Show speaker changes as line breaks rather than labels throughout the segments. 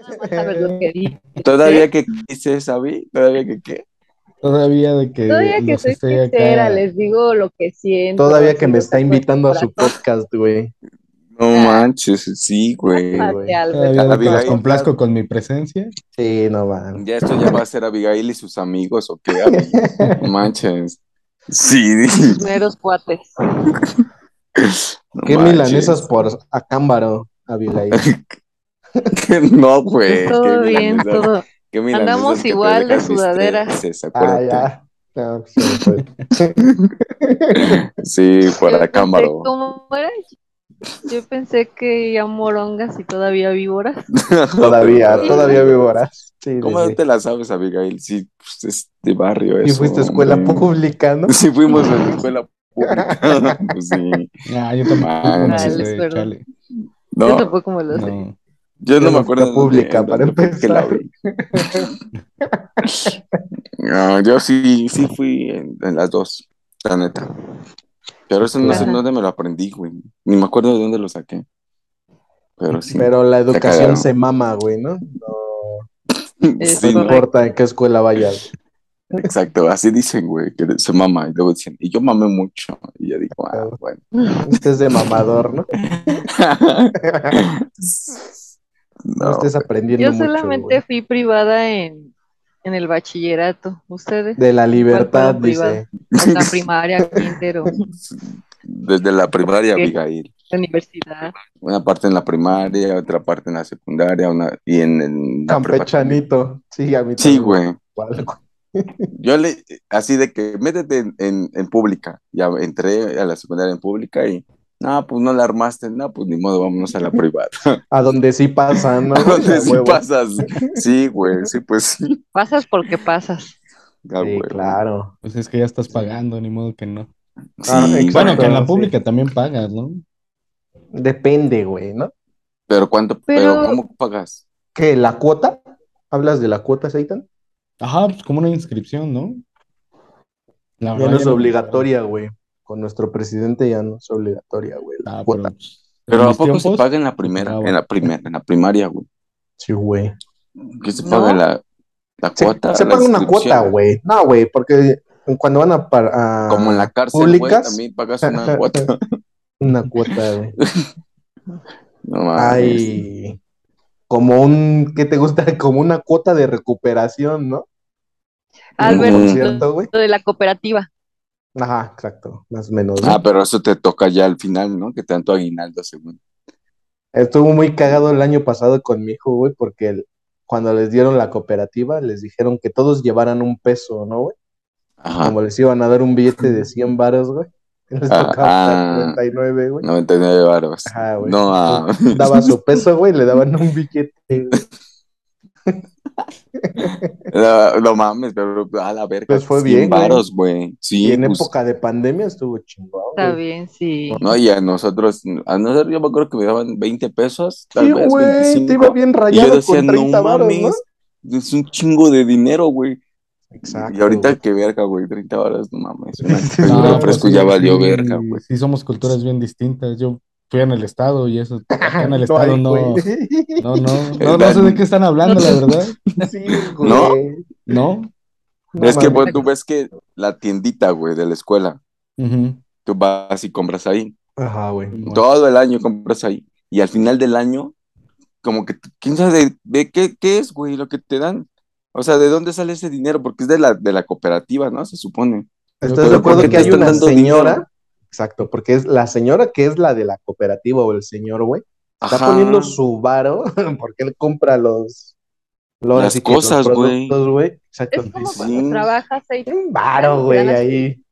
no sabes lo que dices.
Todavía que quise, ¿sabí? Todavía que qué.
Todavía de que.
Todavía que
los
soy
esté acá-
sincera, les digo lo que siento.
Todavía
les
que me
digo
está
que
invitando a
soy
su podcast, güey.
No
Ah.
manches, sí, güey.
corazón.
güey.
Albert.
Todavía de que los
Abigail.
complazco con mi presencia. Sí, no van.
Ya esto ya va a ser Abigail y sus amigos, ¿o qué? Abi? No manches. Sí.
Meros cuates.
no
¿Qué
manches.
milanesas por acámbaro, Abigail?
No, güey.
todo
qué
bien,
milanesas-
todo.
qué milanesas
Andamos
que te
igual de
dejan mis
sudadera.
trenzas,
Ah,
acuérdate.
ya. No, sí, pues.
Sí, por
Yo pensé,
acámbaro.
¿Cómo era? Yo pensé que ya morongas y todavía víboras.
Todavía, todavía víboras. Sí,
¿Cómo
sí,
no
sí.
te la sabes, Abigail? Sí, pues, es de barrio
Y
eso.
fuiste a escuela
hombre.
pública, ¿no?
Sí, fuimos a la escuela pública. Pues sí.
Ah, yo tampoco.
Ah,
no
sí.
pues,
sé,
eh,
es verdad.
chale.
No,
Yo tampoco me lo sé.
yo
No.
no
Yo
me
no
acuerdo.
fui a pública,
dónde-
para
dónde fue que la vi. No, yo sí, sí fui en, en las dos, la neta. Pero eso no sé
Ajá.
dónde me lo aprendí, güey. Ni me acuerdo de dónde lo saqué. Pero sí.
Pero la
cagaron.
educación se mama, güey, ¿no? No,
Es
sí, ¿no?
no
correcto.
importa en qué escuela vayas.
Exacto, así dicen, güey, que se mama. Y luego dicen, y yo mamé mucho. Y yo digo, ah, bueno.
Estés de mamador, ¿no? No,
no,
estés aprendiendo
Yo
mucho,
solamente
güey.
fui privada en, en el bachillerato. Ustedes,
De la libertad,
¿Cuál fue la
dice.
en la primaria, quintero,
desde la primaria,
¿Qué?
Abigail.
la universidad.
Una parte en la primaria, otra parte en la secundaria, una y en, en la preparatoria.
Campechanito. Sí, a mí
Sí,
también.
güey.
Igual, güey.
Yo le, así de que métete en, en, en pública. Ya entré a la secundaria en pública y, no, pues no la armaste, no, pues ni modo, vámonos a la privada.
A donde sí pasan, ¿no?
¿A dónde
A
sí
huevo.
pasas? Sí, güey, sí, pues sí.
Pasas porque pasas.
Ah,
Sí,
güey.
claro.
Pues es que ya estás pagando, ni modo que no.
Sí,
Ah,
bueno,
exacto.
Bueno, que en la
sí.
pública también pagas, ¿no?
Depende, güey, ¿no?
pero ¿cuánto, pero,
Pero-
cómo pagas?
¿Qué? ¿La cuota? ¿Hablas de la cuota, Seitan?
Ajá, pues como una inscripción, ¿no? La
Ya
verdad,
no es
me
obligatoria, güey. Con nuestro presidente ya no es obligatoria, güey.
acuerdo.
La
Ah,
cuota.
pero, pues,
Pero
en
¿a
mis
poco se
tiempos,
paga en la
Ah,
primera,
pagaba.
en la primera, en la primaria, güey?
Sí, güey.
¿Qué se
No.
paga la, la
Se,
cuota?
se
la
paga una
inscripción?
cuota, güey. No, güey, porque cuando van a, par- a
Como en la cárcel, güey,
públicas,
también pagas una cuota.
una cuota, güey.
No mames.
Ay, como un, ¿qué te gusta? Como una cuota de recuperación, ¿no?
Albert,
Por
Mm.
lo-
cierto, güey.
lo de la cooperativa.
Ajá, exacto, más o menos. ¿no?
Ah, pero eso te toca ya al final, ¿no? Que tanto aguinaldo, según.
Estuvo muy cagado el año pasado con mi hijo, güey, porque el- cuando les dieron la cooperativa, les dijeron que todos llevaran un peso, ¿no, güey?
Ajá.
Como les iban a dar un billete de 100 varos, güey. Les
Ah,
tocaba
ah.
39, güey.
99 varos.
Ajá, güey.
No, ah,
Daba su peso, güey, le daban un billete. güey.
no, no mames, pero a la verga.
Pues fue
100
bien, güey.
varos, güey. Sí,
Y en
pues,
época de pandemia estuvo chingado.
Está
güey.
bien, sí.
No, y a nosotros, a nosotros yo me acuerdo que me daban 20 pesos, tal
Sí,
vez
güey, te
25.
iba bien
y yo
rayado
decía,
con 30
no
varos, ¿no?
mames, es un chingo de dinero, güey.
Exacto.
Y ahorita
güey.
que verga, güey, 30 varos, no mames. Una
Sí,
coca y
no,
un
pero
refresco
sí,
ya valió
Ah, pues, sí,
verga, güey.
Sí, somos culturas bien distintas. Yo fui en el estado y eso, acá en el
No hay,
estado no,
güey.
no, no, no, no sé de qué están hablando, la verdad.
Sí,
No.
güey.
No.
No
es que
mames.
pues, tú ves que la tiendita, güey, de la escuela,
Ujú.
tú vas y compras ahí.
Ajá, güey.
Todo el año compras ahí. Y al final del año, como que, ¿quién sabe de, de qué, qué es, güey, lo que te dan? O sea, ¿de dónde sale ese dinero? Porque es de la, de la cooperativa, ¿no? Se supone.
¿Estás de
Pero ¿por
acuerdo
qué
que
te
hay
están
una
dando
señora?
dinero?
Exacto, porque es la señora que es la de la cooperativa o el señor, güey. Está
Ajá.
poniendo su varo porque él compra los, los-
Las
así que los
cosas, güey.
productos, güey. Exacto.
Es como
Sí.
cuando trabajas, Seitan.
Un varo, güey, ahí.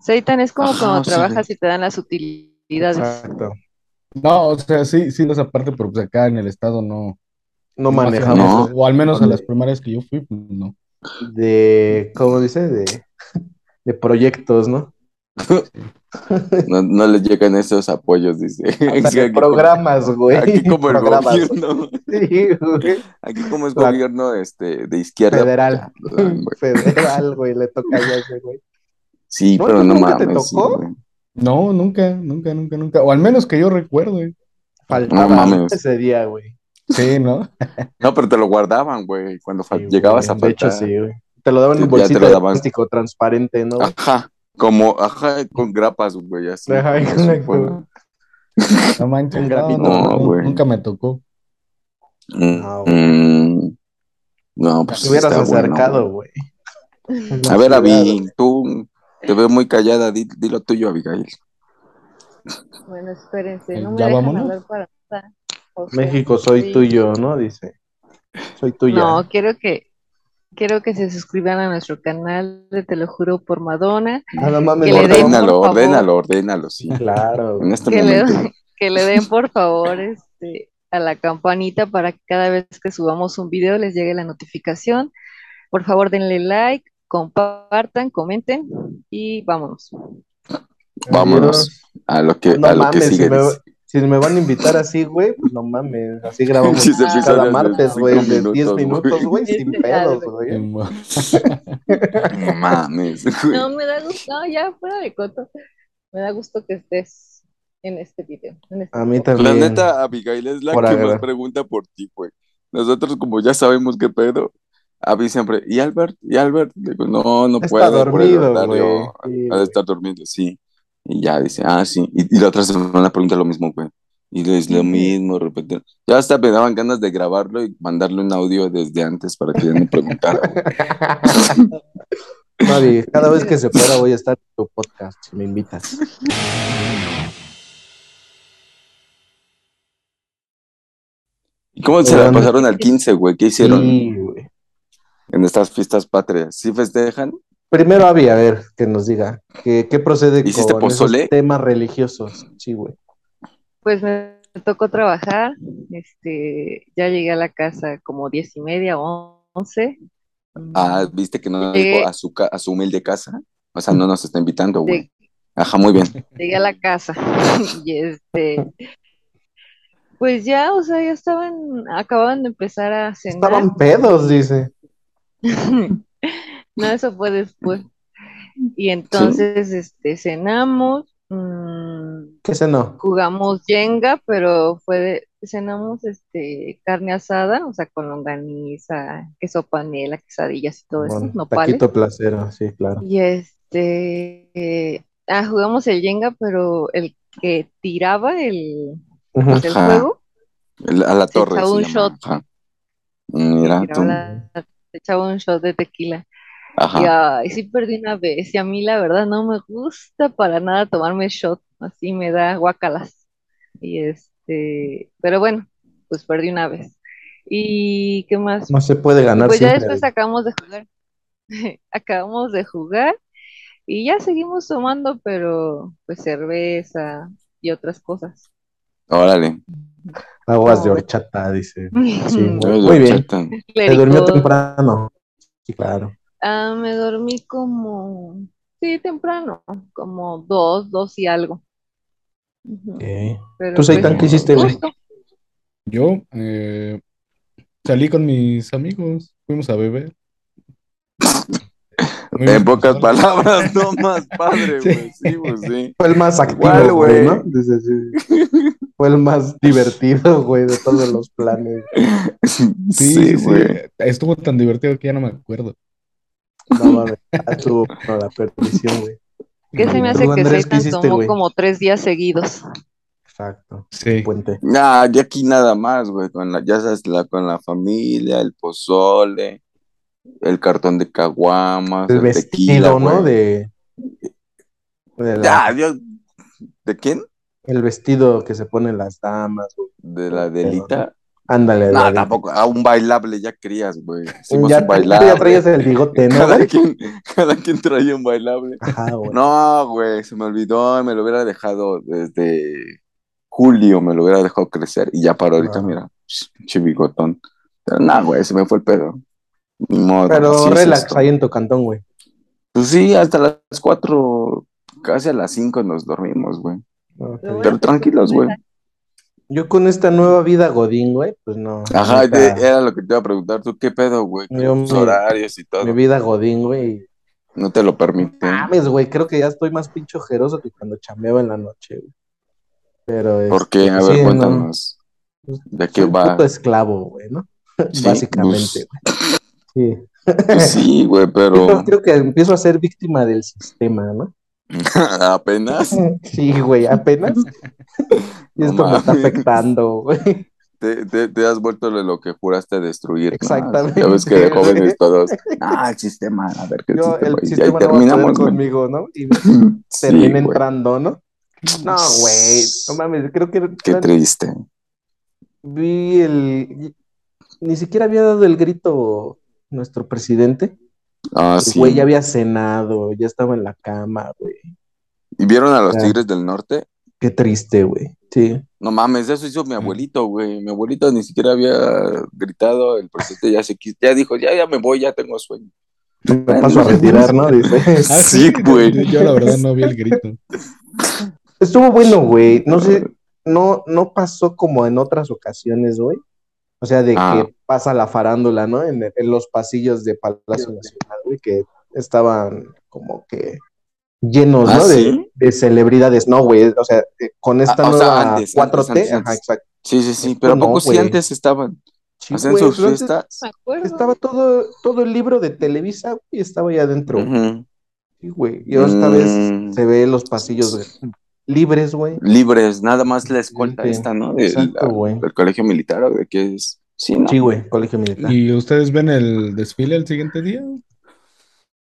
Seitan, es como
Ajá,
cuando
sí,
trabajas y te dan las utilidades.
Ah, Exacto.
No, o sea, sí, sí, esa parte, pero pues acá en el estado no.
No
no
manejamos
hacían eso. O al menos a
Vale.
las primarias que yo fui, pues, no.
de, ¿cómo dice? De, de proyectos, ¿no?
No, no les llegan esos apoyos, dice.
O sea,
Es que
de
aquí
programas,
como-
güey.
Aquí como el
Programas.
gobierno,
Sí, güey.
aquí como es
La-
gobierno este, de izquierda.
Federal.
pues, ya, güey.
Federal, güey, le toca ya ese, güey.
Sí,
¿No?
pero
¿Tú
no
nunca te
mames. sí,
tocó?
güey.
No, nunca, nunca, nunca, nunca. O al menos que yo recuerde.
No
Faltaba
mames.
ese día, güey.
Sí, ¿no?
No, pero te lo guardaban, güey, cuando fal-
Sí,
llegabas
güey,
a faltar.
De hecho, sí, güey. Te lo daban
Sí,
en
ya te
bolsita
lo
de
daban. Ah,
plástico transparente, ¿no?
Ajá, como, ajá, con grapas, güey, así.
Ajá,
Eso
exacto.
fue, ¿no?
No manches,
Un
no,
grafito.
no,
No,
no,
güey.
nunca me tocó.
Mm,
No, güey.
mm, no, pues
Ah, Te hubieras
está bueno,
acercado,
güey.
güey.
a ver,
Avi.
Avi, tú te veo muy callada, di, di lo tuyo, Abigail.
Bueno, espérense, no me
Eh, ¿Ya
dejan
vámonos?
hablar para nada. O sea,
México, soy
sí.
tuyo, ¿no? Dice. Soy tuya.
No, quiero que quiero que se suscriban a nuestro canal de Te lo juro por Madonna,
Ah, no mames,
Que le
por favor.
den-
Ordénalo,
por favor.
ordénalo, ordénalo, sí.
Claro,
En
güey.
este
que le,
momento.
que le den por favor este, a la campanita para que cada vez que subamos un video les llegue la notificación. Por favor, denle like, compartan, comenten y vámonos.
Vámonos a lo que,
No
a lo
mames,
que sigue.
si, me,
dice.
si me van a invitar así, güey, pues no mames. Así grabamos
Pinches episodios
cada
de
martes,
cinco
güey, de 10
minutos,
minutos, güey, sin pedos, güey.
No mames, güey.
No, me da gusto, no, ya fuera de coto. Me da gusto que estés en este video. en este
A mí
podcast.
La
también.
neta, Abigail es la
Por
que
agarrar.
más pregunta por ti, güey. Nosotros, como ya sabemos qué pedo, Abby siempre, ¿y Albert? ¿Y Albert? Le digo, no, no
Está
puedo. por el
dormido,
horario,
güey. Sí,
Ha de
güey.
estar durmiendo, sí. Y ya dice, ah, sí. Y, y la otra semana pregunta lo mismo, güey. Y le dice lo
Ujú.
mismo, repetir. Ya hasta me daban ganas de grabarlo y mandarle un audio desde antes para que ya no preguntara. güey.
Mavi, cada vez que se pueda voy a estar en tu podcast, si me invitas.
¿Y cómo se la
Bueno.
pasaron al 15, güey? ¿Qué hicieron
Sí, güey.
en estas fiestas patrias? ¿Sí festejan?
Primero, Avi, a ver, que nos diga. que- ¿Qué procede
¿Hiciste
con esos
pozole?
temas religiosos? Sí, güey.
Pues me tocó trabajar, este, ya llegué a la casa como diez y media, once.
Ah, viste que no
Llegué-
dijo a su, ca- a su humilde casa. O sea, no nos está invitando, güey.
Lleg-
Ajá, muy bien.
Llegué a la casa y este, pues ya, o sea, ya estaban, acababan de empezar a cenar.
Estaban pedos, dice.
No, eso fue después. Y entonces, este, cenamos, mm,
¿Qué cenó?
jugamos Jenga, pero fue de, cenamos este carne asada, o sea, con longaniza, queso panela, quesadillas y todo eso,
Bueno,
nopales.
taquito placero, sí, claro.
Y este, eh, ah, jugamos el Jenga, pero el que tiraba el,
Ujú.
pues, el
Ajá.
juego,
El- A la
Se
torre.
echó
se
un
llama,
shot.
Ajá. Mira,
tiraba
ah, tú.
la- se echaba un shot de tequila. Y
Ajá.
ay, sí perdí una vez, y a mí la verdad no me gusta para nada tomarme shot, así me da guacalas. Y este, pero bueno, pues perdí una vez. ¿Y qué más?
No se puede ganar
Pues ya
siempre.
después acabamos de jugar. Acabamos de jugar y ya seguimos tomando, pero pues cerveza y otras cosas.
Órale.
Aguas de
No, güey.
horchata, dice. Sí,
Mm,
muy, muy bien.
Chata.
Se
clérigo.
durmió temprano. Sí, claro.
Ah, me dormí como, sí, temprano, como dos, dos y algo. Ujú,
Ok.
Pero
¿Tú, Seitan,
pues,
qué hiciste, güey?
justo.
Yo eh, salí con mis amigos, fuimos a beber. Fuimos
En
a
pocas
pasar-
palabras, no más padre,
Sí.
güey. Sí, pues sí.
Fue el más
Igual,
activo, güey, ¿no? Dice, sí. Fue el más divertido, güey, de todos los planes.
Sí,
Sí,
sí, sí,
güey.
Estuvo tan divertido que ya no me acuerdo.
No mames, ya estuvo bueno, ah, la perdición, güey.
Que se me hace
Tú,
que
Andrés,
Seitan
¿qué hiciste,
tomó
güey?
como tres días seguidos.
Exacto.
Sí.
Puente.
Nah, Ah, ya aquí nada más, güey. Con la, ya sabes, la, con la familia, el pozole, el cartón de caguamas,
El
el, tequila,
vestido, ¿no?
güey.
De, de la-
Ya, yo- ¿De quién?
el vestido que se ponen las damas. güey.
De la delita.
Ándale,
No,
David.
tampoco. A un bailable ya querías, güey. Hicimos
Ya,
un
tú
bailable.
ya traías el bigote, ¿no,
cada,
güey?
quien, cada quien traía un bailable.
Ajá, güey.
No, güey, se me olvidó. Me lo hubiera dejado desde julio. Me lo hubiera dejado crecer. Y ya para ahorita,
No.
mira, chivigotón. Pero no, güey, se me fue el pedo. Ni modo, así
Pero
es
relax
esto.
ahí en tu cantón, güey.
Pues sí, hasta las cuatro, casi a las cinco nos dormimos, güey.
No, está
Pero
bien.
Pero tranquilos, güey.
Yo con esta nueva vida Godín, güey, pues no.
Ajá,
neta,
de- era lo que te iba a preguntar. ¿Tú qué pedo, güey? Que
Yo
Los
me-
horarios y
mi
todo.
vida Godín, güey.
No te lo permiten.
Mames, güey, creo que ya estoy más pinche ojeroso que cuando chambeaba en la noche, güey. Pero es.
¿Por qué? A
Este, sí,
ver,
no. Pues,
cuéntanos. ¿De qué
Soy un
va?
puto esclavo, güey, ¿no?
Sí,
Básicamente, güey. Sí.
Pues sí, güey, pero
Yo creo que empiezo a ser víctima del sistema, ¿no?
apenas
Sí, güey, apenas. Y
No
esto me está
mames.
afectando, güey.
te, te- te has vuelto de lo que juraste destruir. ¿no?
Exactamente.
Ya ves que de jóvenes todos. Ah, el sistema, a ver qué
Yo,
sistema.
el
Y ahí
sistema no va a poder
terminamos, güey.
conmigo, ¿no? Y
Sí,
termina
güey,
entrando, ¿no? No, güey, no mames, creo que
Qué
no,
triste.
vi el... Ni siquiera había dado el grito nuestro presidente.
Ah,
El
sí.
Güey, ya había cenado, ya estaba en la cama, güey.
¿Y vieron a los
Ya.
Tigres del Norte?
Qué triste, güey. Sí.
No mames, eso hizo
Mm.
mi abuelito, güey. Mi abuelito ni siquiera había gritado, el presidente ya se quis- ya dijo, ya, ya me voy, ya tengo sueño.
Me paso a retirar, ¿no? Dice.
Ah,
Sí, güey.
yo- Yo la verdad no vi el grito.
Estuvo bueno, güey. No sé, no, no pasó como en otras ocasiones, güey. O sea, de
Ah.
que pasa la farándula, ¿no? En, en los pasillos de Palacio Nacional, güey, que estaban como que llenos,
¿Ah,
¿no? De-
sí?
De, celebridades. No, güey. O sea, eh, con esta
Ah, o sea,
nueva
antes,
4T,
antes, antes,
ajá,
antes.
exacto.
Sí, sí, sí, pero ¿a
No,
poco sí
güey.
antes estaban?
Sí,
Hacían
güey,
sus
pero antes
fiestas.
Me acuerdo.
Estaba todo, todo el libro de Televisa, güey, estaba ahí adentro. güey.
Ujú.
Sí, güey. Y esta vez
Mm.
se ve los pasillos güey, libres, güey.
Libres, nada más la escolta
Excelente.
esta, ¿no? De
Exacto,
la-
güey.
del colegio militar, ¿o de qué es? Sí, ¿no?
Sí, güey, colegio militar.
¿Y ustedes ven el desfile el siguiente día?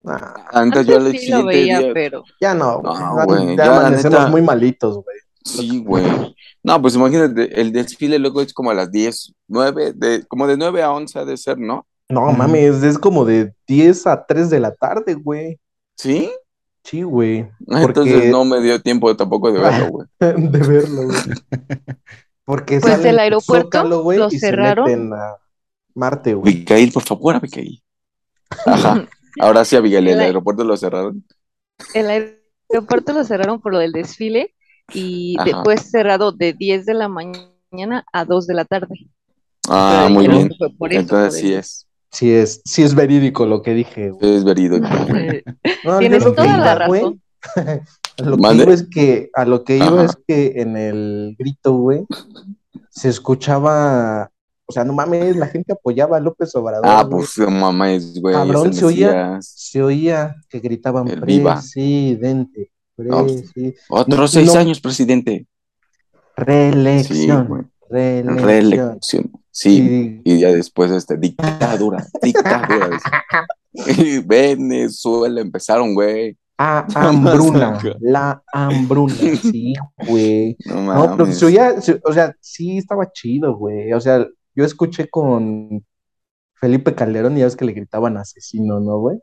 Ah,
Antes, yo
Antes
al
sí lo
siguiente
veía,
día-
pero
ya no,
No,
güey.
güey,
ya,
ya la
amanecemos
neta-
muy malitos, güey.
Sí, güey. No, pues imagínate, el desfile luego es como a las 10, 9, de, como de 9 a 11 ha de ser, ¿no?
No
Ujú.
mames, es como de 10 a 3 de la tarde, güey.
¿Sí?
Sí, güey.
Entonces no me dio tiempo tampoco de
Ah.
verlo, güey.
de verlo, güey. Porque
Pues
salen
el
del
aeropuerto
Zócalo, güey,
lo
y
cerraron.
se meten a Marte, güey.
Abigail, por favor, Abigail. Ajá. Ahora sí, Abigail, el aeropuerto lo cerraron.
el aeropuerto lo cerraron por lo del desfile y
Ajá.
después cerrado de 10 de la mañana a 2 de la tarde.
Ah,
Pero
muy
dijeron
bien.
que fue por eso,
Entonces
por
sí
el-
es.
Sí es, sí es verídico lo que dije, güey.
Sí eh, es verido.
Eh,
No, yo
Tienes
lo que
toda la
iba, güey,
razón.
a lo que
¿Mande?
iba es que, a lo que iba
Ajá.
es que en el grito, güey, se escuchaba, o sea, no mames, la gente apoyaba a López Obrador.
Ah,
güey.
pues no mames, güey.
Cabrón,
ese
se oía.
Mesías.
Se oía que gritaban
El viva.
presidente,
No,
presi-
Otros seis
No.
años, presidente. Sí, güey.
reelección, reelección.
Reelección. Sí.
Y-
Y ya después, este, dictadura, dictadura. Y Venezuela empezaron, güey.
ah,
Nada más
hambruna,
acá.
la hambruna, sí, güey.
No
No, pero
mames.
se oía, se- o sea, sí estaba chido, güey. O sea, yo escuché con Felipe Calderón y ya ves que le gritaban asesino, ¿no, güey?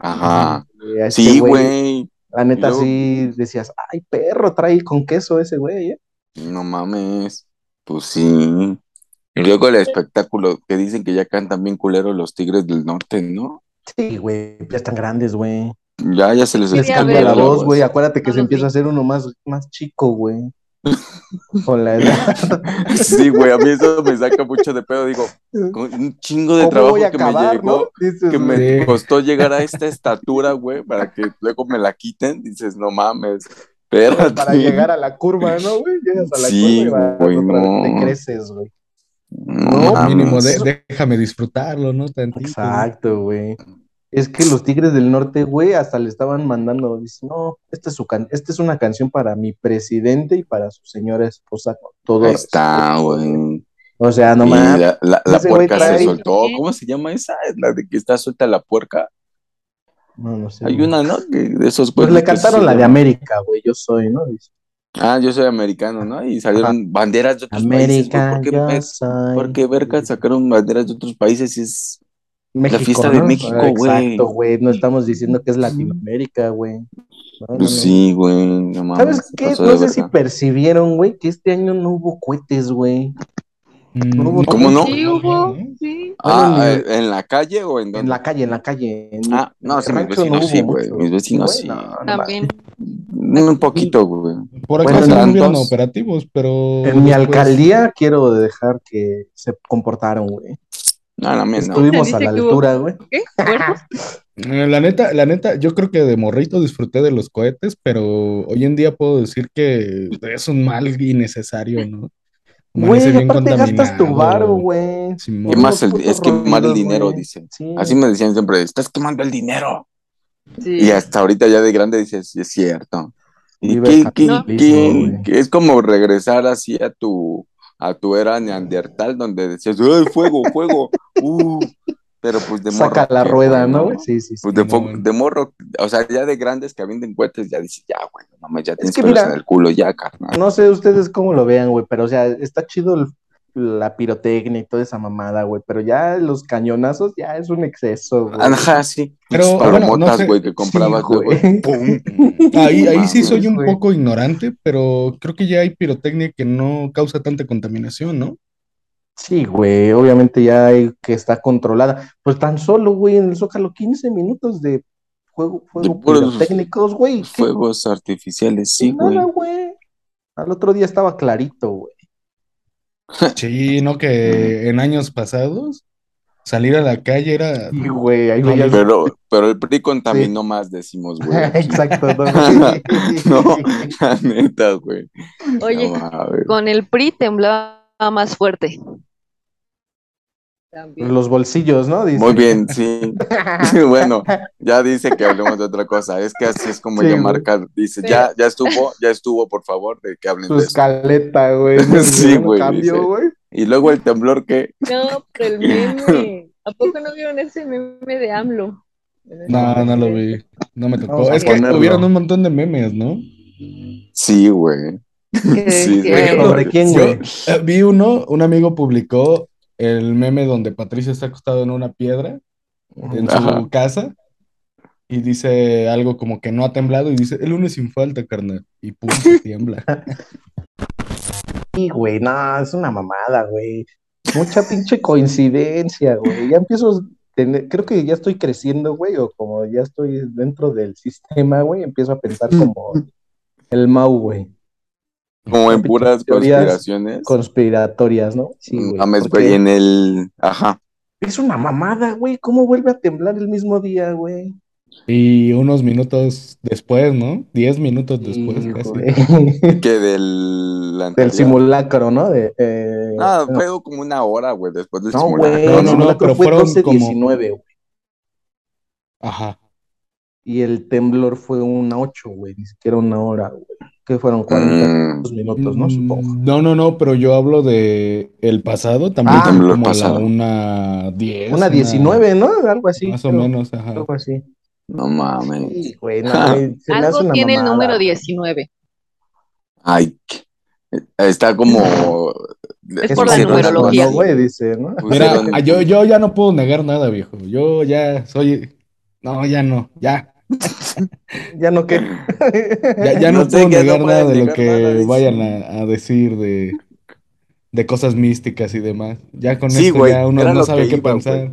Ajá.
Y a este
Sí, güey.
La neta,
Y luego-
sí decías, ay, perro, trae con queso ese güey, ¿eh?
No mames. Pues sí. Y luego el espectáculo que dicen que ya cantan bien culero los Tigres del Norte, ¿no?
Sí, güey, ya están grandes, güey.
Ya, ya se les
Sí,
Les
a
escapa
cambia
ver.
la voz, güey. Acuérdate que
No
se
los
empieza
vi.
a hacer uno más, más chico, güey. Con la edad.
Sí, güey, a mí eso me saca mucho de pedo. Digo, con un chingo de trabajo que me llegó,
no? Dices,
que me
Sí.
costó llegar a esta estatura, güey, para que luego me la quiten. Dices, no mames, espérate.
para llegar a la curva, ¿no, güey? Llegas a la
Sí,
curva y vas
güey,
otra vez,
no.
te creces, güey.
No,
No,
mames.
Mínimo, de- déjame disfrutarlo, ¿no? Tantito.
Exacto, güey. Es que los Tigres del Norte, güey, hasta le estaban mandando, dice, no, esta es, su can esta es una canción para mi presidente y para su señora esposa, con todo
Ahí está,
respeto".
güey.
O sea, no
Y
mames.
la la, la
Ese güey
puerca
trae-
se soltó. ¿Cómo se llama esa? La de que está suelta la puerca.
No, no sé.
Hay
güey.
una, ¿no? Que de esos
Pues le
pueblos que se
cantaron la de
llama-
América, güey, yo soy, ¿no? Dice,
Ah, yo soy americano, ¿no? Y salieron banderas de otros
América,
países. güey.
yo
¿Por qué,
soy.
porque verga sacaron banderas de otros países y es
México,
la fiesta de México, güey.
Exacto, güey. No estamos diciendo que es Latinoamérica, güey. No, no, no.
Pues sí, güey, no mames.
¿Sabes
se
qué?
pasó de
No sé
verga.
si percibieron, güey, que este año no hubo cohetes, güey.
Mm,
¿Cómo
¿Cómo no?
Pues Sí, hubo, sí.
Ah,
en-
eh, ¿en la calle o en
En
dónde?
la calle, en la calle. En-
Ah, no,
en
sí,
el
mis
rancho
vecinos
hubo
sí, güey,
mucho.
mis vecinos
Güey,
sí.
no, no
También.
Mm, Un poquito, güey.
Por acá
Bueno,
sí
tantos.
hubieron operativos, pero.
En mi
Pues,
después-
alcaldía quiero dejar que se comportaron, güey.
No, no, mira, no.
Estuvimos a
Dice
la
que hubo-
altura, güey.
¿Qué? ¿Muertos?
Eh, La neta, la neta, yo creo que de morrito disfruté de los cohetes, pero hoy en día puedo decir que es un mal innecesario, ¿no? Amanece
Güey,
bien
aparte gastas tu
contaminado,
varo,
güey.
güey.
Simón.
Qué más-
Quemas el-
putos
es quemar el
ruidos,
dinero,
güey.
dicen.
Sí.
Así me decían siempre, estás quemando el dinero.
Sí.
Y hasta ahorita ya de grande dices, "Sí, es cierto. Y
Viva
qué-
el
qué-
capitalismo,
qué-
güey.
que es como regresar así a tu, a tu era neandertal donde decías, ¡ay, fuego, fuego! Uh, pero pues de morro.
Saca la
qué
rueda,
bueno,
¿no? güey? Sí, sí, sí.
Pues de, fo-
Simón.
de morro, o sea, ya de grandes que avienten cohetes, ya dices, ya, güey, no mames, ya tienes
que
pelos
mira-
en el culo, ya, carnal.
No sé ustedes cómo lo vean, güey, pero o sea, está chido el- la pirotecnia y toda esa mamada, güey, pero ya los cañonazos ya es un exceso, güey.
Ajá, sí.
Pero,
Pinches
bueno, no
palomotas,
sé-
güey, que Ah, comprabas,
Sí, güey.
güey. ¡Pum!
Ahí, ahí sí
Mames,
soy un
güey.
poco ignorante, pero creo que ya hay pirotecnia que no causa tanta contaminación, ¿no?
Sí, güey, obviamente ya hay que está controlada. Pues tan solo, güey, en el Zócalo 15 minutos de juego, fuego
De puros
pirotécnicos, güey. ¿qué?
Fuegos artificiales, sí, güey.
Nada, güey. Al otro día estaba clarito, güey.
Sí, no que en años pasados salir a la calle era
Sí, güey, ahí
No,
veías-
Pero, pero el PRI contaminó más, decimos, güey. aquí.
Exacto, no,
No. La neta, güey.
Oye,
No mames.
con el PRI temblaba más fuerte. También.
Los bolsillos, ¿no? Dice.
Muy bien, sí. Sí, bueno, ya dice que hablemos de otra cosa. Es que así es como
Sí,
ella
güey.
marca. Dice, ya, ya estuvo, ya estuvo, por favor, de que hablen
Su
de eso.
escaleta, güey.
Sí,
Un
güey,
Cambio,
dice.
güey.
Y luego el temblor que.
No, pero el meme. ¿A poco no vieron ese meme de AMLO?
No, no lo vi, no me tocó.
Vamos a
Es que
ponerlo.
hubieron un montón de memes, ¿no?
Sí, güey.
Que
Sí,
decía,
sí.
¿Sobre quién, güey?
Eh, vi uno, un amigo publicó el meme donde Patricia está acostado en una piedra en su
Ajá.
casa y dice algo como que no ha temblado y dice, el lunes sin falta, carnal, y pum, se tiembla.
Sí, güey, no, es una mamada, güey. Mucha pinche coincidencia, güey. Ya empiezo a tener, creo que ya estoy creciendo, güey, o como ya estoy dentro del sistema, güey, empiezo a pensar como el Mau, güey.
Como en puras
Teorías
conspiraciones. mm,
Conspiratorias, ¿no? Sí, güey.
Mames,
porque
güey, en el. Ajá.
Es una mamada, güey. ¿Cómo vuelve a temblar el mismo día, güey?
Y unos minutos después, ¿no? Diez minutos después,
Sí,
casi.
güey.
Que del.
Del
anterior.
simulacro, ¿no? De, eh,
No, fue como una hora, güey, después del
no,
simulacro.
güey,
No,
el
no, no,
simulacro
pero
fue
fueron como-
12-19, güey.
Ajá.
Y el temblor fue una ocho, güey, ni siquiera una hora, güey. Que fueron 40
Mm,
minutos, ¿no? Supongo.
Mm, No, no, no, pero yo hablo de el pasado, también
Ah.
fue
Temblor
como a
pasado.
la una diez.
Una 19, ¿no? Algo así.
Más o
creo.
menos, ajá.
Algo así.
no mames.
Sí, güey, no,
Ah.
güey, se me hace
Algo
una
tiene el
mamada,
número
güey.
19.
Ay, qué- está como.
Es por la
pusieron algo
numerología.
No,
así.
güey, dice, ¿no?
Mira,
Pusieron-
ah, yo, yo ya no puedo negar nada, viejo. Yo ya soy. No, ya no, ya.
Ya no qué.
Ya, ya no,
No sé,
puedo
que no
negar
pueden
nada de lo
negar
que
nada, dice.
vayan a, a decir de, de cosas místicas y demás. Ya con
Sí,
esto
güey,
ya uno
era
no
lo
sabe
que
qué
iba,
pensar.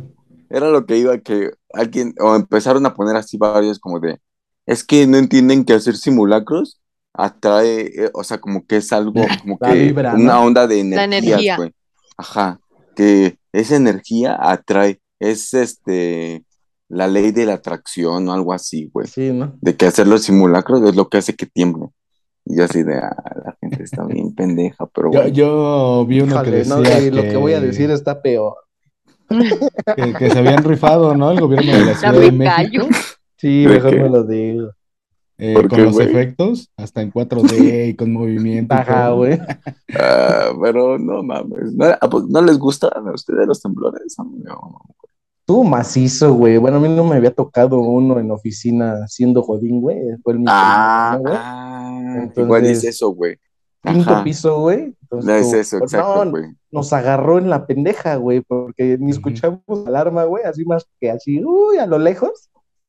Era lo que iba que alguien. O empezaron a poner así varios como de. Es que no entienden que hacer simulacros atrae. eh, o sea, como que es algo. Como
La
que.
vibra,
una
¿no?
onda de
La
energías,
energía.
güey. Ajá. Que esa energía atrae. Es este. La ley de la atracción o algo así, güey.
Sí, ¿no?
de que hacer los simulacros es lo que hace que tiemble. Y yo así de, "Ah, la gente está bien pendeja, pero
Yo,
bueno.
yo vi uno que
Híjole, no,
decía
güey, lo que voy a decir está peor.
que, que se habían rifado, ¿no? El gobierno de la
Ya
Ciudad de
me
México.
callo.
Sí,
¿De
mejor
qué?
no lo digo.
eh,
¿Por
con
qué,
los
güey?
efectos, hasta en 4D y con movimiento. y
Ajá,
todo.
güey.
Ah, pero no mames, ¿no, ¿a poco no les gustan a ustedes los temblores? A mí no.
Tú macizo, güey. Bueno, a mí no me había tocado uno en oficina siendo jodín, güey. Fue el mismo,
Ah,
pues, güey.
ah,
Entonces-
igual es eso, güey.
quinto
Ajá.
piso, güey. Entonces,
No es
como,
eso,
no,
exacto, güey.
nos agarró en la pendeja, güey, porque ni
Ujú.
escuchamos alarma, güey, así más que así, uy, a lo lejos.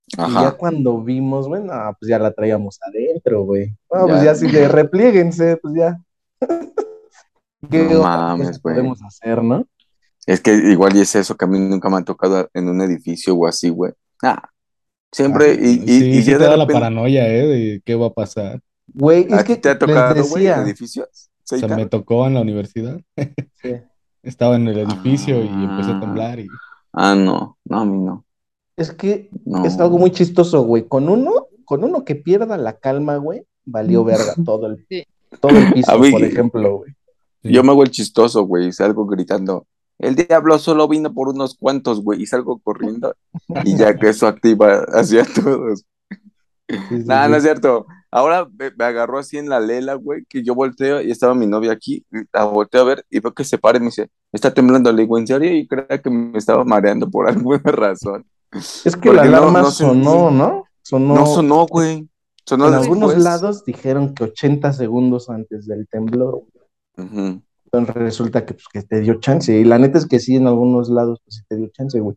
Y ya
Ajá.
cuando vimos, güey, no, pues ya la traíamos adentro, güey. No,
Ya.
pues ya así de replieguense, pues ya. ¿Qué
No
otra
mames,
cosa
güey.
podemos hacer, no?
Es que igual y es eso que a mí nunca me han tocado en un edificio o así, güey. Ah, siempre
Ah,
y, y,
sí,
y
sí
ya
te
de
da la
repente-
paranoia, ¿eh? De qué va a pasar.
Güey, es
¿A
que
ti te ha
les
tocado, güey, en
decía,
edificios?
O sea,
Seita?
me tocó en la universidad.
sí,
Estaba en el edificio y
Ah.
empezó a temblar y
Ah, no, no, a mí no.
es que
no.
es algo muy chistoso, güey. Con uno, con uno que pierda la calma, güey, valió verga todo el,
Sí.
todo el piso,
A mí-
por ejemplo, güey.
Sí.
Yo me hago el chistoso, güey, y salgo gritando. El diablo solo vino por unos cuantos, güey, y salgo corriendo y ya que eso activa hacia todos.
Sí, sí,
Nada,
sí.
no es cierto. Ahora me, me agarró así en la lela, güey, que yo volteo y estaba mi novia aquí, y la volteo a ver y veo que se para y me dice, está temblando, le digo, ¿en serio? Y creía que me estaba mareando por alguna razón.
Es que
Porque
la
no-
alarma
no sentí-
sonó, ¿no? Sonó.
No, sonó, güey. Sonó
en
después.
algunos lados dijeron que 80 segundos antes del temblor.
Ujú.
Entonces resulta que, pues, que te dio chance. Y la neta es que sí, en algunos lados pues, sí te dio chance, güey.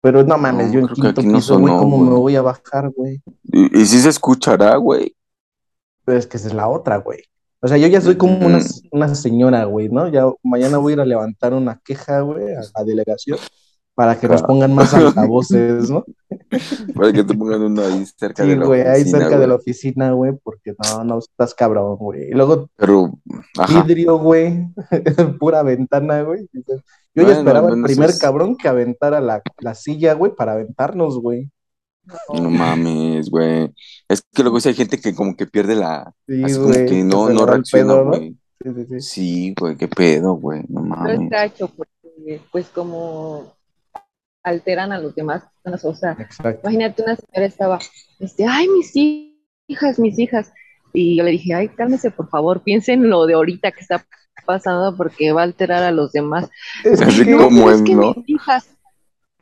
Pero no mames,
No,
yo en
creo que
quinto
aquí no
piso, güey,
sonó,
¿cómo
güey.
me voy a bajar, güey?
Y, y sí se escuchará, güey.
Pero es que esa es la otra, güey. O sea, yo ya soy como una,
Ujú.
una señora, güey, ¿no? Ya mañana voy a ir a levantar una queja, güey, a la delegación para que nos
Claro.
pongan más altavoces, ¿no?
Para que te pongan uno ahí cerca
Sí,
de la
güey, ahí
oficina,
cerca de
güey.
la oficina, güey, porque no, no estás cabrón, güey. Y luego
Pero, ajá.
vidrio, güey, pura ventana, güey. Yo ya
Bueno,
esperaba
al
el
menos
primer
es-
cabrón que aventara la, la silla, güey, para aventarnos, güey.
No mames, güey. Es que luego sí hay gente que como que pierde la...
Sí,
Así como
güey,
que no,
se le
no
va el
reacciona,
pedo, ¿no?
güey.
Sí, sí, sí.
Sí, güey, qué pedo, güey. No
Pero
mames.
está hecho porque, pues, como alteran a los demás. personas, O sea,
Exacto.
imagínate una señora estaba, este, ay, mis hi- hijas, mis hijas. Y yo le dije, ay, cálmese, por favor, piensen lo de ahorita que está pasando porque va a alterar a los demás.
Es
Así
que,
No,
como-
pero es
es,
que
no?
mis hijas.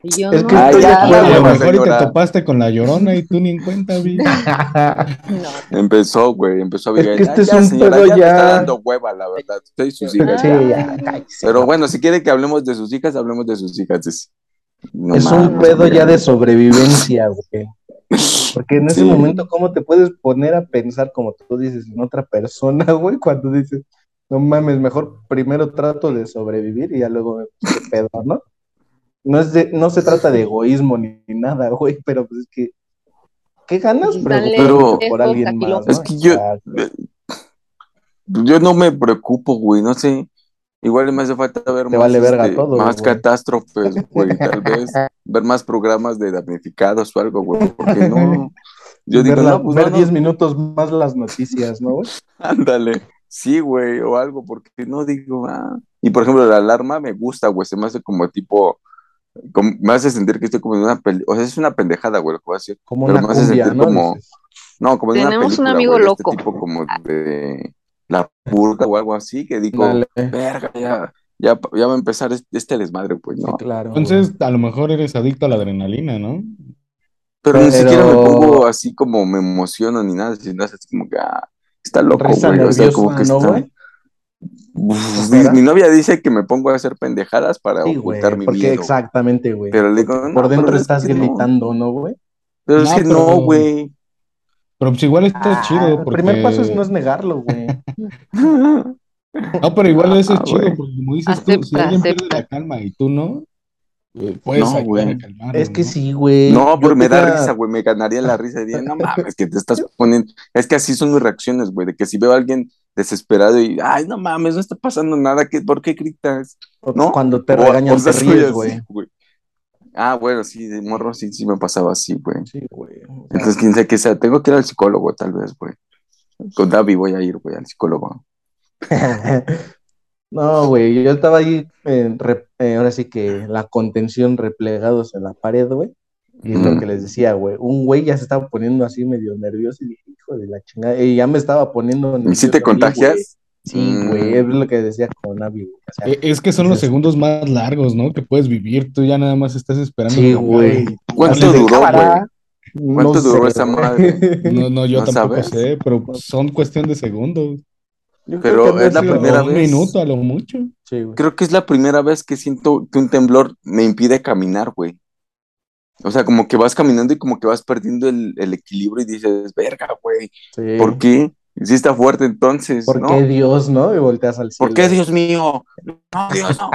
Y yo
Es
no,
que
Ah,
estoy
ya,
de
ya,
A
ya,
lo
la
mejor y te
señora.
topaste con la llorona y tú ni en cuenta, vi.
no.
Empezó, güey, empezó a
Es que
Abigail.
este
"Ah,
es
ya,
un
señora,
pedo
ya, me está
ya".
dando hueva, la verdad. Usted y sus hijas.
Sí,
ya.
ya,
Ay.
cállese,
Pero
ya.
bueno, si quiere que hablemos de sus hijas, hablemos de sus hijas. dice. No
Es un
mames,
pedo
güey.
ya de sobrevivencia, güey. Porque en ese
Sí.
momento, ¿cómo te puedes poner a pensar, como tú dices, en otra persona, güey? Cuando dices, no mames, mejor primero trato de sobrevivir y ya luego veo qué pedo, ¿no? No, es de- no se trata de egoísmo ni, ni nada, güey, pero pues es que, ¿qué ganas
Están
preocupándote
lejos,
por alguien
pues, a
más,
Es
¿no?
que yo,
Exacto.
yo no me preocupo, güey, no sé. Igual me hace falta ver
Te
más,
vale verga
este,
todo,
más
güey.
catástrofes, güey, tal vez ver más programas de damnificados o algo, güey, porque no. Yo digo,
ver la-
no, pues
ver
no, no,
10 minutos más las noticias, ¿no, güey?
ándale, sí, güey, o algo, porque no digo, ah. Y por ejemplo, la alarma me gusta, güey, se me hace como tipo, como- me hace sentir que estoy como en una peli, o sea, es una pendejada, güey, lo que voy a decir,
Como
pero
una
me hace
cumbia,
sentir
¿no?
como,
Dices,
no, como en una
Tenemos un
película,
amigo
güey, de
loco.
este tipo como de la purga o algo así, que digo,
dale.
verga, ya, ya, ya va a empezar este, este desmadre, pues,
Sí,
¿no?
claro, güey.
Entonces, a lo mejor eres adicto a la adrenalina, ¿no?
Pero ni
Pero-
siquiera me pongo así como me emociono ni nada, sino es así como que ah, está loco,
Risa
güey. O sea, como
nerviosa,
que
¿no,
está.
güey?
Uf, Pues, mi,
¿Será?
mi novia dice que me pongo a hacer pendejadas para
Sí,
ocultar
güey,
mi
porque
miedo.
exactamente, güey.
Pero le
Porque
digo,
por
no,
dentro
pero es
estás
que no.
gritando, ¿no, güey?
Pero es
No,
que
pero,
no, güey.
pero pues igual está
Ah,
chido
el primer paso es no
porque...
es negarlo, güey.
No,
No, pero igual eso es chido
Ah, güey.
porque como dices tú, si
Acepta,
alguien pierde
acepta.
la calma y tú no, eh, puedes
No,
ayudar a
güey.
calmarlo,
Es que
¿no?
sí, güey.
No,
Yo
pero me da
tenía-
risa, güey. Me ganaría la risa. Diría, no mames, que te estás poniendo. Es que así son mis reacciones, güey. De que si veo a alguien desesperado y, ay, no mames, no está pasando nada. ¿qué, ¿Por qué gritas?
o
¿No?
pues, cuando te
O, o
regañan
sea,
te
soy
ríes,
así,
güey.
güey. Ah, bueno, sí, de morro sí, sí me pasaba así, güey.
Sí, güey. o sea,
Entonces, quién sabe qué sea. Tengo que ir al psicólogo, tal vez, güey. Con Davi voy a ir, güey, al psicólogo.
No, güey, yo estaba ahí, eh, re- eh, ahora sí que la contención replegados en la pared, güey. Y lo
Mm.
que les decía, güey, un güey ya se estaba poniendo así medio nervioso y dije, hijo de la chingada, y ya me estaba poniendo
¿Y si te
nervioso a mí, güey.
contagias?
Sí,
Mm.
güey, es lo que decía con Abby, güey. O sea,
Eh, Es que son los
dices,
segundos más largos, ¿no? Que puedes vivir, tú ya nada más estás esperando
sí,
que acabe
güey.
y
¿Cuánto
Así
sales.
de
duró, güey?
cámara, no
¿Cuánto duró
sé,
esa
güey.
madre?
No, no, yo
¿No
tampoco
sabes?
sé, pero son cuestión de segundos.
Yo creo que
Pero
había
es la
Sí, o
primera
sido,
un minuto
vez.
a lo mucho.
sí, güey.
Creo que es la primera vez que siento que un temblor me impide caminar, güey. O sea, como que vas caminando y como que vas perdiendo el, el equilibrio y dices, verga, güey, ¿por
Sí.
qué? Sí está fuerte entonces,
¿Por qué
¿no?
Dios, no? Y volteas al
¿Por
cielo.
qué,
güey.
Dios mío? No, Dios, no.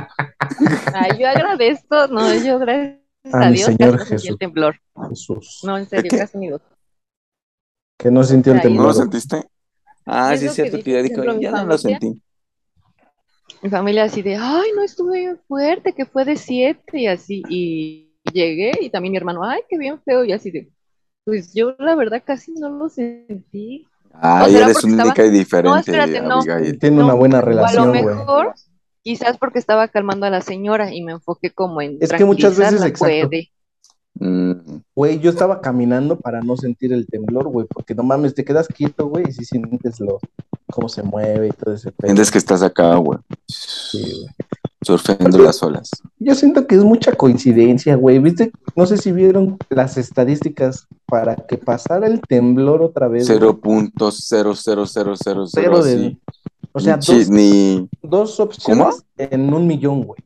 Ay, yo agradezco, no, yo gracias
A
a
mi
Dios casi
Señor
no sentí el
Jesús,
temblor.
Jesús.
No, en
¿Es
serio,
que
casi ni lo
Que no sintió el
Ahí.
no lo
temblor. güey.
sentiste? Ah,
Es
sí,
lo
es
que
cierto que
dice,
ya
por
dijo,
ejemplo, mi
ya no lo
familia.
sentí.
Mi familia así de, ay, no estuvo bien fuerte, que fue de siete y así. Y llegué y también mi hermano, ay, qué bien feo y así de, pues yo la verdad casi no lo sentí.
Ay,
será
Ah, eres
porque
única
estaba-
y diferente,
espérate, no.
Abigail.
Tiene
No,
una buena
O a lo
relación, güey.
mejor, quizás porque estaba calmando a la señora y me enfoqué como en
Es que muchas veces,
tranquilizarla,
exacto.
puede.
Mm,
Güey, yo estaba caminando para no sentir el temblor, güey, porque no mames, te quedas quieto, güey, y si sientes lo, cómo se mueve y todo ese pedo.
Sientes que estás acá, güey,
Sí, güey.
surfeando las olas.
Yo siento que es mucha coincidencia, güey. ¿Viste? No sé si vieron las estadísticas para que pasara el temblor otra vez. güey.
0.00000
Cero de-
así.
O sea,
ni, chi-
dos,
ni,
dos opciones
¿Cómo?
en un millón, güey.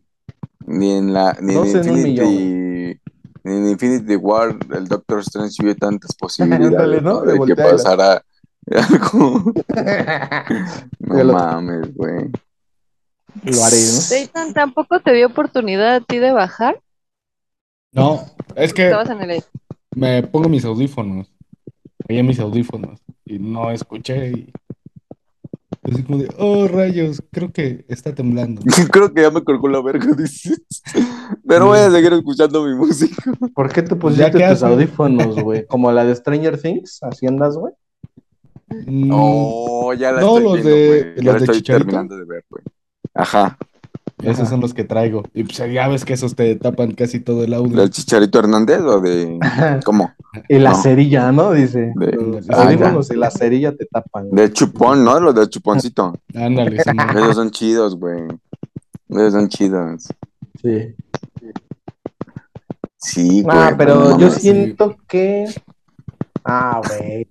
ni en la ni en
Dos en un
Infinity ni en Infinity War el Doctor Strange vio tantas posibilidades
Ándale, ¿no?
¿no? de
De
que
voltear y la-
pasara algo.
Yo
No
lo-
mames, güey.
Lo haré, ¿no?
Dayton, ¿tampoco te dio oportunidad a ti de bajar?
No, es que
Estabas en el...
me pongo mis audífonos. Oye mis audífonos y no escuché y... Así como de, oh rayos, creo que está temblando.
Creo que ya me colgó la verga, dices. Pero voy
Mm.
a seguir escuchando mi música.
¿Por qué te
Pues ya
pusiste
que haces.
tus audífonos, güey? Como la de Stranger Things, así andas, güey.
Mm,
No, ya la
No,
estoy
los
viendo,
de-
güey. Ya
los
la
de
estoy
Chicharito.
terminando de ver, güey. Ajá.
Esos son los que traigo. Y pues ya ves que esos te tapan casi todo el
Mm.
audio.
¿Del Chicharito Hernández o de cómo?
Y la
No.
cerilla, ¿no? Dice.
De-
Los
Ah,
audífonos y la cerilla te tapan. güey.
De Chupón, ¿no? Los del Chuponcito.
Ándale, sí, no.
Esos son chidos, güey. Esos son chidos.
Sí.
Sí, güey.
Ah, pero
no
yo
mames.
sí.
siento que. Ah, güey.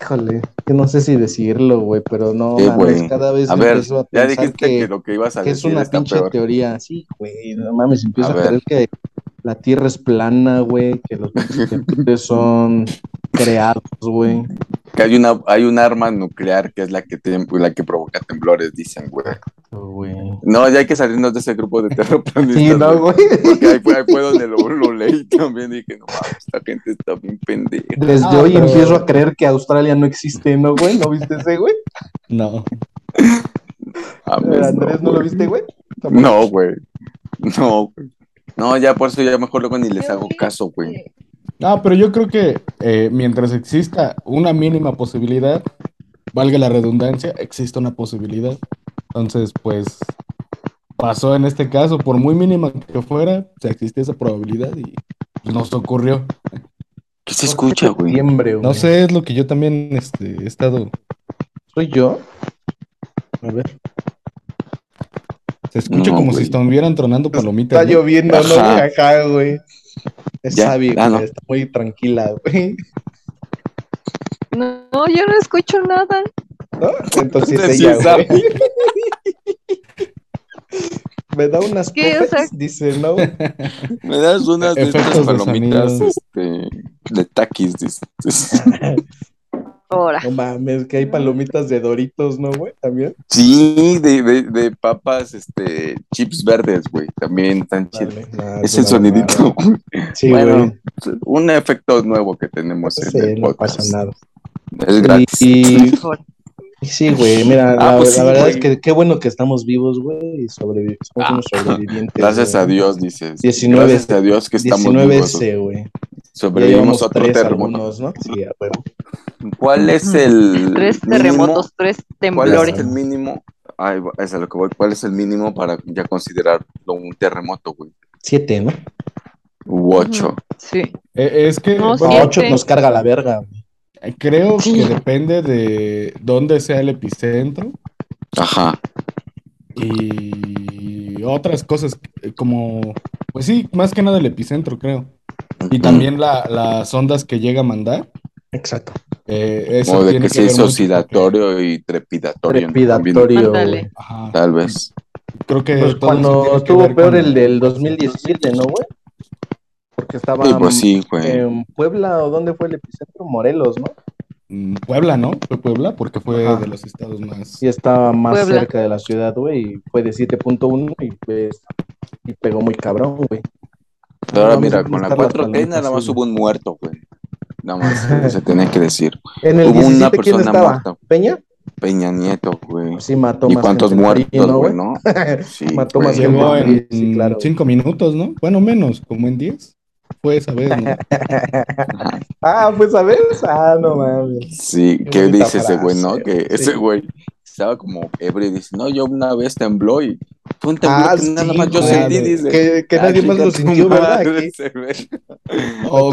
Híjole, que no sé si decirlo, güey, pero no,
Sí,
mames,
güey.
cada vez
A
me
ver,
empiezo a
Ya
pensar
dijiste
que,
que, lo que ibas a
que es
decir
una
está
pinche
peor.
teoría, sí, güey, no mames, empiezo
A
a, creer que la Tierra es plana, güey, que los pinches temblores son creados, güey.
Que hay una, hay un arma nuclear que es la que tem- la que provoca temblores, dicen, güey.
güey.
No, ya hay que salirnos de ese grupo de terraplanistas.
Sí, no,
güey.
güey.
Porque ahí fue, ahí fue donde lo, lo leí también. Dije, no mames, esta gente está bien pendeja.
Desde
Ah,
hoy
pero-
empiezo a creer que Australia no existe, ¿no, güey? ¿No viste ese, güey?
No.
Mames,
Eh, Andrés, ¿no lo
güey.
viste, güey?
No, güey. No, güey. No, ya por eso ya mejor luego ni les hago caso, güey.
Sí.
No, pero yo creo que eh, mientras exista una mínima posibilidad, valga la redundancia, existe una posibilidad. Entonces, pues pasó en este caso, por muy mínima que fuera, o sea, existe esa probabilidad y nos ocurrió.
¿Qué se escucha, güey?
Septiembre, güey.
No sé, es lo que yo también este, he estado.
¿Soy yo? A ver.
Se escucha
No,
como
güey.
si estuvieran tronando
Está
palomitas. ¿no?
lloviendo, ¿no?
Ajá.
Güey, Acá, güey. Es
Ya,
Abby,
ah,
güey,
no.
Está muy tranquila, güey.
No, no, yo no escucho nada.
¿No? Entonces
Entonces,
ella,
sí,
güey. Me da unas
¿Qué? O
copas,
sea-
dice, ¿no?
Me das unas de estas
Efectos de
palomitas
sonido.
este, de taquis, dices.
Ahora.
No mames, que hay palomitas de Doritos, ¿no, güey? También.
Sí, de, de, de papas, este, chips verdes, güey, también tan chido.
Dale, no,
Es
una
el sonidito,
mamada.
güey.
Sí,
Bueno,
güey.
un efecto nuevo que tenemos en
Sí,
el
no
podcast.
pasa nada.
Es gratis.
Y,
Ahora.
y sí, güey, mira, la,
Ah, pues
la
sí,
verdad
güey.
es que qué bueno que estamos vivos, güey, y sobrevivimos, somos
Ah,
unos sobrevivientes.
Gracias
güey.
a Dios, dices.
19.
Gracias a Dios que estamos vivos.
19C, güey. Ya
Sobrevivimos
llevamos
a otro
tres
terremoto.
algunos, ¿no? Sí, a huevo.
¿Cuál es el
Tres
mínimo?
terremotos, tres
¿Cuál
temblores.
es el mínimo? Ay, es a lo que voy. ¿Cuál es el mínimo para ya considerarlo un terremoto, güey?
Siete, ¿no?
U ocho.
Sí.
Eh, es que
No,
No,
Pues Siete.
ocho nos carga la verga.
eh, creo
Sí.
que depende de dónde sea el epicentro.
Ajá.
y otras cosas eh, como, pues sí, más que nada el epicentro, creo. Y
Ujú.
también la- las ondas que llega a mandar.
Exacto.
eh, eso
O de
tiene
que se
ver
hizo
mucho porque-
oscilatorio y trepidatorio. ¿no? También,
Trepidatorio.
Ándale.
güey.
Ajá,
tal vez.
creo que
Pues
todo eso
cuando
tiene que
estuvo
ver
peor
con-
el del 2017, ¿no, güey? Porque estaba
Sí, pues sí, güey.
en Puebla o dónde fue el epicentro, Morelos, ¿no?
Mm, Puebla, ¿no? Fue Puebla porque fue
Ajá.
de los estados más...
Y estaba más
Puebla.
cerca de la ciudad, güey, y fue de 7.1 y pues y pegó muy cabrón, güey.
Pero ahora
No,
mira,
vamos a
con la
buscar
4T
palomita
nada más
azul.
hubo un muerto, güey. Nada más se tenía que decir.
En el
Hubo una
17, ¿quién
persona
estaba?
muerta.
¿Peña?
Peña Nieto, güey.
Sí, mató
¿Y
más
cuántos
gente.
muertos,
Sí, ¿no,
güey, no? Sí,
Mató
güey.
más gente.
Llegó en
Sí, claro.
cinco minutos, ¿no? Bueno, menos, como en diez. fue esa vez, ¿no?
Ah, pues a ver, ah, no mames.
Sí,
Qué
¿qué
bonita
dice ese güey, no?
frase,
Que
güey.
ese
Sí.
güey estaba como ebrio y dice, no, yo una vez tembló y fue un temblor
Ah,
que nada
sí,
más yo
güey.
sentí, dice.
Que, que
Ah,
nadie más lo
chinga tu
sintió, ¿verdad?
madre,
Aquí.
ese güey.
O
Que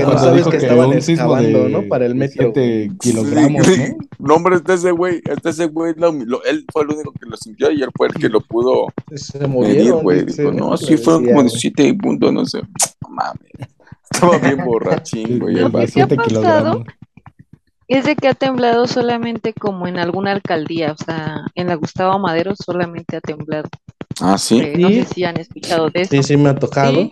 no
cuando
sabes
dijo
que
que
estaban
un sismo
excavando,
de
¿no? Para el metro,
siete kilogramos,
Sí,
¿no?
No, hombre, este ese güey, este ese güey, lo- lo- él fue el único que lo sintió y él fue el que lo pudo
Se
medir,
murieron.
güey.
dice,
Dijo, no,
¿no?
sí
Le
fueron
decía,
como
güey.
17 puntos, no sé. No mames. Estaba bien borrachín, güey,
De
¿Qué
el vato.
ha
siete
pasado?
kilogramos.
Es de que ha temblado solamente como en alguna alcaldía, o sea, en la Gustavo Madero solamente ha temblado.
Ah, sí.
Eh, no
¿Sí?
sé si han escuchado de
Sí,
eso.
sí me ha tocado.
Sí.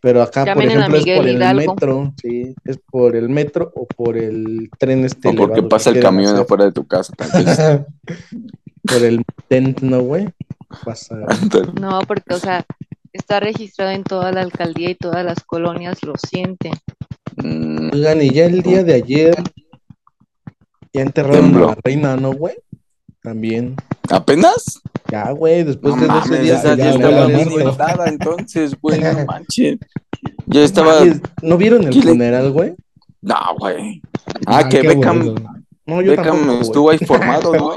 Pero acá, por
Llamen a
ejemplo, es por
Miguel
el
Hidalgo.
metro, sí, es por el metro o por el tren este
O porque
elevado
pasa
que
el
quieren
camión
hacer.
afuera de tu casa, tal vez.
por el TENT, ¿no, güey? Pasa.
Ándale.
No, porque, o sea, está registrado en toda la alcaldía y todas las colonias lo sienten.
Mm,
Oigan, y ya el día de ayer ya enterraron
Tembló.
a la reina, ¿no, güey? También.
¿Apenas?
Ya, güey, después
No
de 12
mames,
días
esa
de
ya
ya
la
estaba
la muerte.
desorientada entonces, güey, no manches. Ya estaba.
¿No vieron el
¿Qué le-
funeral, güey?
No, güey. Ah,
Ah,
que
qué
Beckham,
aburrido.
No, yo
Beckham
tampoco, güey.
estuvo ahí formado, ¿no?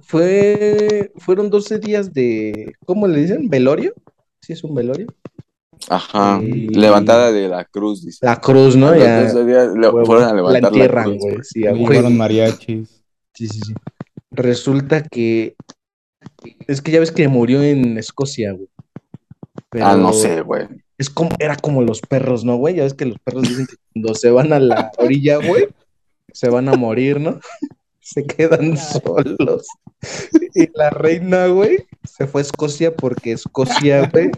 Fue, fueron 12 días de, ¿cómo le dicen? ¿Velorio? ¿Sí es un velorio?
Ajá.
Y-
Levantada de la cruz, dice.
La cruz, Ah, ¿no?
Los
Ya,
dos días le-
huevo,
fueron a
la
levantar la,
entierran,
cruz.
güey. Sí, a
Le
huevo.
Llevaron mariachis.
Sí, sí, sí. Resulta que, es que ya ves que murió en Escocia, güey. Pero
Ah, no sé, güey.
Es como, era como los perros, ¿no, güey? Ya ves que los perros dicen que cuando se van a la orilla, güey, se van a morir, ¿no? Se quedan solos. Y la reina, güey, se fue a Escocia porque Escocia, güey,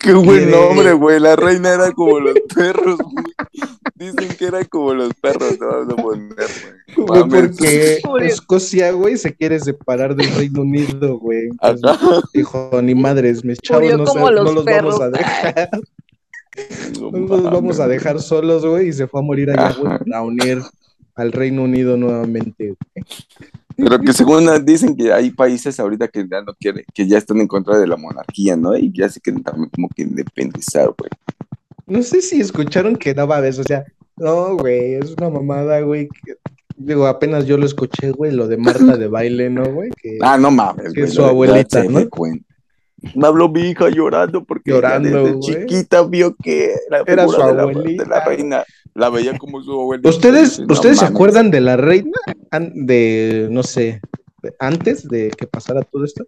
Qué buen
Quiere-
nombre, güey. La reina era como los perros, güey. Dicen que era como los perros, te vamos a poner, güey.
güey,
Mames.
porque Escocia, güey, se quiere separar del Reino Unido, güey. Entonces,
Ajá.
dijo, ni madres, mis chavos
Murió
no,
como
se- no
los
los vamos a
perros.
dejar.
No
No los vamos
mames.
a dejar solos, güey, y se fue a morir allá, güey,
Ajá.
a unir al Reino Unido nuevamente.
Pero que según la- dicen que hay países ahorita que ya no quieren, que ya están en contra de la monarquía, ¿no? Y ya se quieren también como que independizar, güey.
No sé si escucharon que daba besos, o sea, no, güey, es una mamada, güey. que- Digo, apenas yo lo escuché, güey, lo de Marta de baile, ¿no, güey? Que
Ah, no mames,
Eh, Que
güey.
su
la verdad,
abuelita,
se
¿no?
me cuenta. Me habló mi hija llorando porque ella
Llorando,
desde
güey.
chiquita vio que la
Era
figura
su
de la,
abuelita,
de la reina la veía como su abuelita.
¿Ustedes,
Dice, "No
¿ustedes se
mames".
acuerdan de la reina? An- De, no sé, de- antes de que pasara todo esto.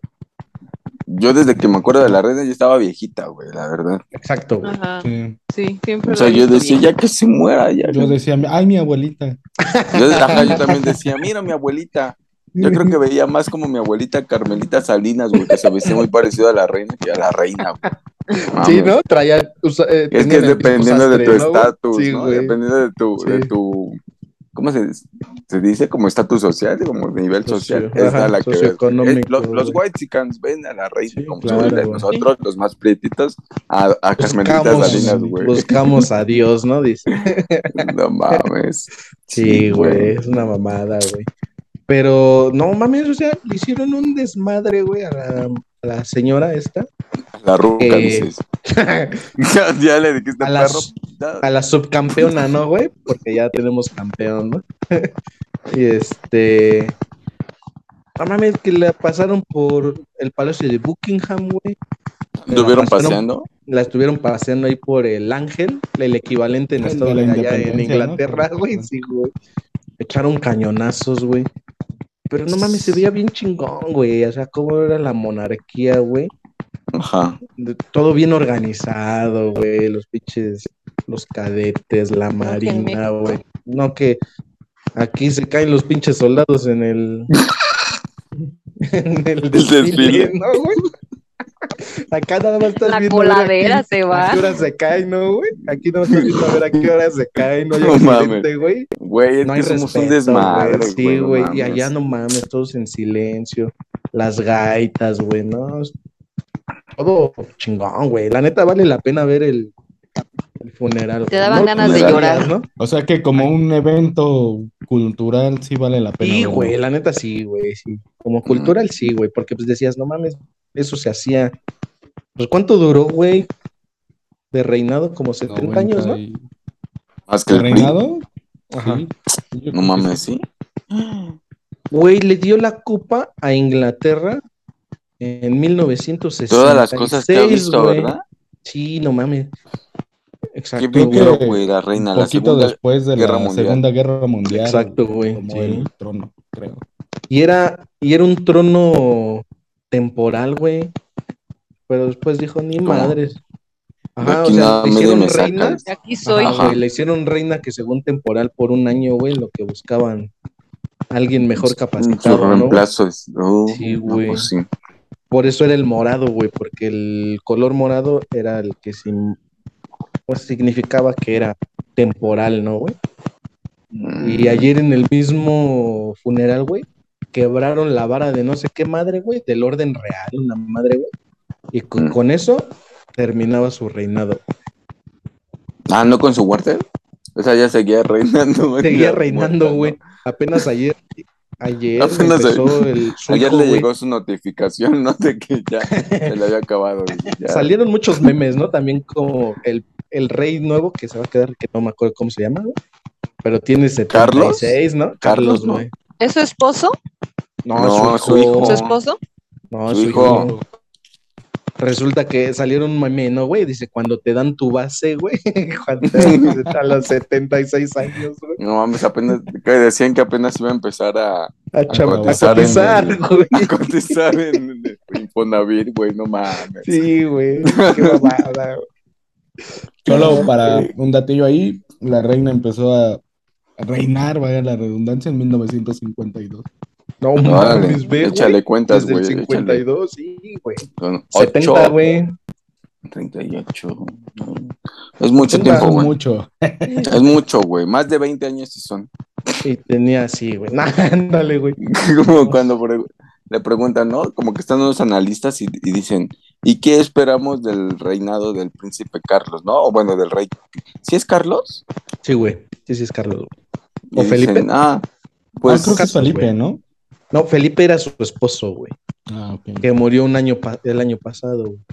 Yo desde que me acuerdo de la reina yo estaba viejita, güey, la verdad.
Exacto, güey.
Ajá,
Sí.
sí, siempre
O
lo
sea,
he
yo
visto
decía,
bien.
ya que se muera, ya.
Yo
Yo,
decía, ay, mi abuelita.
ajá, yo también decía, mira mi abuelita. Yo creo que veía más como mi abuelita Carmelita Salinas, güey, que se vestía muy parecido a la reina que a la reina, güey. No
Sí,
mames.
¿no? Traía. usa- eh,
Es que
tenían
es
el mismo
dependiendo de
sastre,
tu
¿no, güey?
estatus,
Sí,
¿no?
güey.
Dependiendo de tu,
Sí.
de tu, ¿cómo se, se dice? Como estatus social, como nivel social.
Socio-
es a
ajá,
la que ves.
socioeconómico,
Es- los, los
güey.
white ven a la reina
Sí,
como
claro,
su reina.
güey.
Nosotros, los más prietitos, a, a Carmelita
Buscamos,
Salinas, güey.
buscamos a Dios, ¿no? Dice.
No mames.
Sí, güey, es una mamada, güey. Pero no mames, o sea, le hicieron un desmadre, güey, a la, a la señora esta,
La ruca,
Eh,
dices. ya, ya le dijiste
a
perro.
la,
ya.
a la subcampeona, ¿no, güey? Porque ya tenemos campeón, ¿no? y este. No mames, que la pasaron por el palacio de Buckingham, güey.
Estuvieron
pasaron-
paseando.
La estuvieron paseando ahí por el Ángel, el equivalente en
El de
Estados
la
allá en
Independencia, ¿no?
Inglaterra,
Por
güey.
ejemplo.
Sí, güey. Echaron cañonazos, güey. Pero no mames, se veía bien chingón, güey. O sea, cómo era la monarquía, güey.
Ajá.
De- Todo bien organizado, güey. Los pinches, los cadetes, la
No, que en
marina,
México.
güey. No que aquí se caen los pinches soldados en el. en el desfile,
desfile.
¿no, güey? Acá nada más estás
La
viendo a ver a
coladera
quién-
se
¿A
va.
qué hora se cae, no, güey? Aquí no estás viendo a ver a qué hora se cae, no hay
No
accidente, güey.
Güey, es
No hay
que somos
respeto,
un desmadre,
güey. Sí,
no
güey. y
mames.
allá no mames, todos en silencio. Las gaitas, güey, no. Todo chingón, güey. La neta vale la pena ver el, el funeral.
Te
güey.
daban
No
ganas
de
todos
llorar.
los días, ¿no?
O sea que como un evento cultural sí vale la pena.
Sí,
verlo.
güey, la neta sí, güey, sí. Como cultural sí, güey, porque pues decías, no mames, eso se hacía. Pues cuánto duró, güey. de reinado como 70 años, ¿no?
y-
Más que el PRI.
¿Reinado?
Ajá.
Sí. Yo creo
No
que
mames, sí.
Güey, le dio la copa a Inglaterra en 1966.
Todas las cosas que ha visto,
güey.
¿verdad?
Sí, no mames.
Qué
Exacto, güey.
video, güey, la reina, la
poquito
segunda.
después de
Guerra
la
Mundial.
Segunda Guerra Mundial.
Exacto, güey,
Como
sí.
el trono, creo.
Y era, y era un trono temporal, güey. Pero después dijo, ni
¿Cómo?
madres. Ajá,
Aquí
o sea,
nada,
le
media
hicieron
me saca.
reina.
De aquí soy.
Ajá,
Ajá.
güey, le hicieron reina que según temporal por un año, güey, lo que buscaban alguien mejor
Su
capacitado, ¿no?
reemplazo es. oh,
Sí,
no,
güey.
pues sí.
Por eso era el morado, güey, porque el color morado era el que sim- pues, significaba que era temporal, ¿no, güey? Y ayer en el mismo funeral, güey, quebraron la vara de no sé qué madre, güey, del orden real, una madre, güey. Y con,
Mm.
con eso terminaba su reinado.
Ah, no con su huerta. O sea, ya seguía reinando, güey.
Seguía
Ya
reinando,
muerta,
güey. Apenas ayer, ayer
Apenas
empezó el
¿no? Ayer
surco,
Ah, le
güey.
llegó su notificación, ¿no? De que ya se le había acabado. güey, ya.
Salieron muchos memes, ¿no? También como el, el rey nuevo que se va a quedar, que no me acuerdo cómo se llama, güey. Pero tiene 76, ¿no?
Carlos, ¿no?
¿Es su esposo?
No,
No,
su
su
hijo.
¿Su
hijo.
esposo?
No,
Su
su
hijo.
hijo. Resulta que salieron un meme, ¿no, güey? Dice, cuando te dan tu base, güey, cuando te- a los 76 años, güey,
No mames, apenas. Que decían que apenas iba a empezar a, a
a, cham- a
cotizar en
cotizar,
el-
güey.
cotizar en el Infonavit, güey, no mames.
Sí, güey, qué mamada, güey.
Solo para un datillo ahí, la reina empezó a reinar, vaya la redundancia, en 1952.
No
Órale,
mames, Pues ve, güey.
échale cuentas,
Desde
güey.
el
échale.
52, sí, güey.
Son
70,
ocho,
güey.
38. no. Es mucho
70,
tiempo,
Es
güey.
mucho.
Es mucho, güey. Más de 20 años sí son.
Y tenía así, güey. Nah, ándale, güey.
Como cuando pre- le preguntan, ¿no? Como que están unos analistas y, y dicen, ¿y qué esperamos del reinado del príncipe Carlos, no? O bueno, del rey. ¿Sí es Carlos?
Sí, güey. Sí, sí, es Carlos. güey.
Y
¿O Felipe?
dicen,
ah,
ah, pues
creo que es
Carlos,
Felipe,
güey.
¿no?
No, Felipe era su esposo, güey.
Ah, ok.
Que murió un año pa- el año pasado, güey.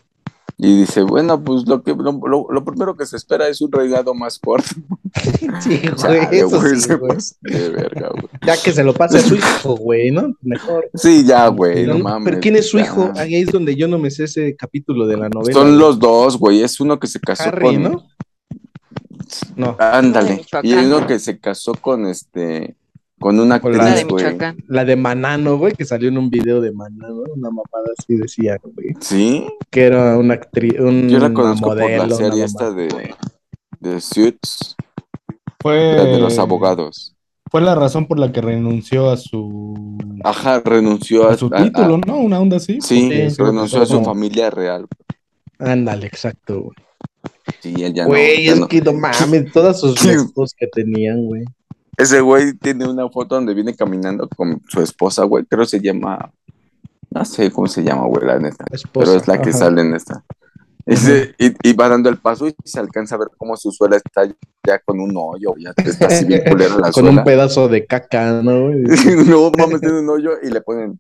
Y dice, bueno, pues lo que lo, lo- lo primero que se espera es un reinado más corto.
Sí, güey.
Chale,
eso
güey,
sí,
se
güey.
pasa de verga, güey.
Ya que se lo pase a su hijo, güey, ¿no? Mejor.
Sí, ya, güey, no,
Pero-
mames.
Pero ¿quién es su
ya. Pues
hijo? Ahí es donde yo no me sé ese capítulo de la novela.
Son
güey.
los dos, güey. Es uno que se casó
Harry,
con.
¿no? No,
Uno de
Ándale. Y
Michoacán.
uno que se casó con este. Con una
Con la-
La de
actriz, güey.
Michoacán.
la de Manano, güey, que salió en un video de Manano, una mamada así decía, güey,
Sí,
que era una actriz, un
yo la conozco por
Mm, modelo,
la serie
una
esta
mamada.
de. De Suits, la
Fue,
de los abogados.
Fue la razón por la que renunció a su,
Ajá, renunció a,
a su
a- a-
título, ¿no? Una onda así.
Ah, Sí,
Sí, creo que
renunció a su
como-
familia real. Pues
Ándale, exacto, güey.
Sí, él ya no-
Güey,
ya
es
no.
que no mames, todas sus
Sí.
fotos que tenían, güey.
Ese güey tiene una foto donde viene caminando con su esposa, güey. Creo se llama. No sé cómo se llama, güey, la neta.
Esposa.
Pero es la que
ajá.
sale en esta. Y, se- y- y va dando el paso y se alcanza a ver cómo su suela está ya con un hoyo. Ya está así bien culera la
Con
suela.
un pedazo de caca, ¿no, güey?
no mames, tiene un hoyo y le ponen.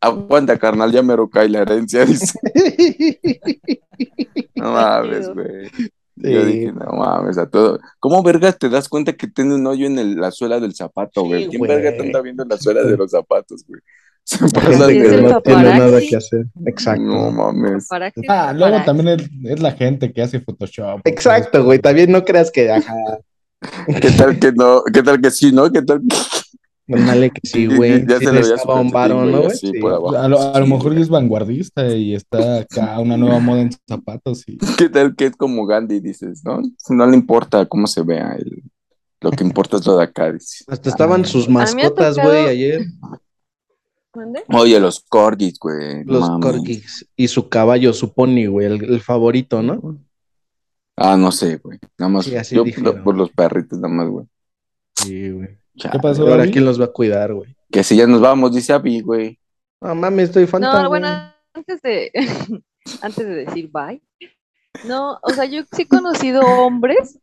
Aguanta, carnal, ya me cae la herencia. Dice, no mames, güey. Yo
Sí.
dije, no mames, a todo. ¿Cómo vergas te das cuenta que tiene un hoyo en el- la suela del zapato,
Sí,
güey? ¿Quién
güey.
verga te anda viendo la suela de los zapatos, güey? Se pasan
Gente
es
que
el
de
no tiene nada
paparazzi.
que hacer. Exacto.
No mames.
Paparazzi,
Ah, luego
paparazzi.
también es, es la gente que hace Photoshop.
Exacto, güey. También no creas que. Ajá.
¿Qué tal que no? ¿Qué tal que sí, no? ¿Qué tal que
Dale que sí,
Y-
güey.
y ya
Sí
se le veía su
necesitaba un
calcetín,
varón,
güey,
¿no, güey?
así
Sí.
por abajo.
A lo, a lo
Sí,
mejor
güey.
es vanguardista y está acá una nueva moda en zapatos y
¿Qué tal que es como Gandhi, dices, no? No le importa cómo se vea, el- lo que importa es lo de acá, dice.
Hasta
Ah,
estaban sus
me ha
mascotas,
tocado-
güey, ayer.
¿Mande?
Oye, los corgis, güey. no
Los
mames.
corgis y su caballo, su pony, güey, el, el favorito, ¿no?
Ah, no sé, güey. Nada más.
Sí, así
yo
dijeron.
por los perritos, nada más, güey.
Sí, güey.
Chale.
¿Qué pasó?
Ahora,
Abby?
¿quién los va a cuidar, güey?
Que si ya nos vamos, dice Abby, güey.
No mames, estoy fantasma.
No, bueno, antes de, antes de decir bye, no, o sea, yo sí he conocido hombres